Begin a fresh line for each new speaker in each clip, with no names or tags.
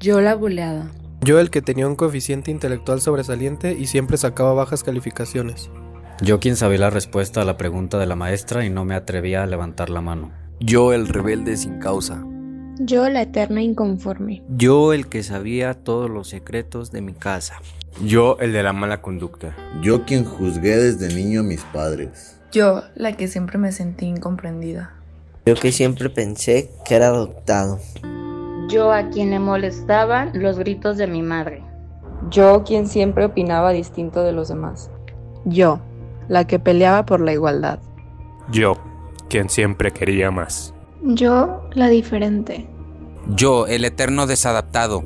Yo la buleada.
Yo el que tenía un coeficiente intelectual sobresaliente y siempre sacaba bajas calificaciones.
Yo quien sabía la respuesta a la pregunta de la maestra y no me atrevía a levantar la mano.
Yo el rebelde sin causa.
Yo la eterna inconforme.
Yo el que sabía todos los secretos de mi casa.
Yo el de la mala conducta.
Yo quien juzgué desde niño a mis padres.
Yo la que siempre me sentí incomprendida.
Yo que siempre pensé que era adoptado.
Yo a quien le molestaban los gritos de mi madre.
Yo quien siempre opinaba distinto de los demás.
Yo, la que peleaba por la igualdad.
Yo, quien siempre quería más.
Yo, la diferente.
Yo, el eterno desadaptado.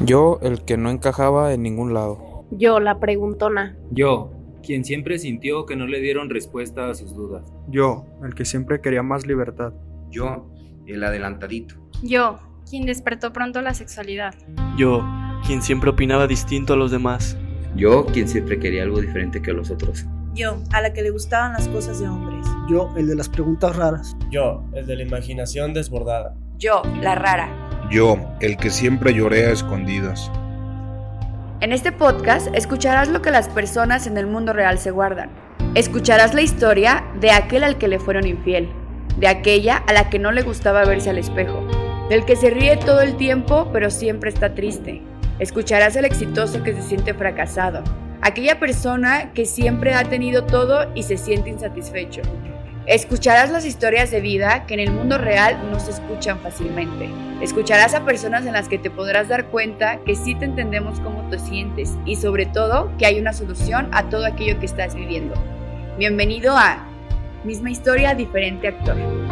Yo, el que no encajaba en ningún lado.
Yo, la preguntona.
Yo, quien siempre sintió que no le dieron respuesta a sus dudas.
Yo, el que siempre quería más libertad.
Yo, el adelantadito.
Yo, quien despertó pronto la sexualidad.
Yo, quien siempre opinaba distinto a los demás.
Yo, quien siempre quería algo diferente que los otros.
Yo, a la que le gustaban las cosas de hombres.
Yo, el de las preguntas raras.
Yo, el de la imaginación desbordada.
Yo, la rara.
Yo, el que siempre lloré a escondidas.
En este podcast escucharás lo que las personas en el mundo real se guardan. Escucharás la historia de aquel al que le fueron infiel, de aquella a la que no le gustaba verse al espejo, del que se ríe todo el tiempo pero siempre está triste. Escucharás al exitoso que se siente fracasado, aquella persona que siempre ha tenido todo y se siente insatisfecho. Escucharás las historias de vida que en el mundo real no se escuchan fácilmente. Escucharás a personas en las que te podrás dar cuenta que sí te entendemos cómo te sientes y sobre todo que hay una solución a todo aquello que estás viviendo. Bienvenido a Misma Historia, diferente actor.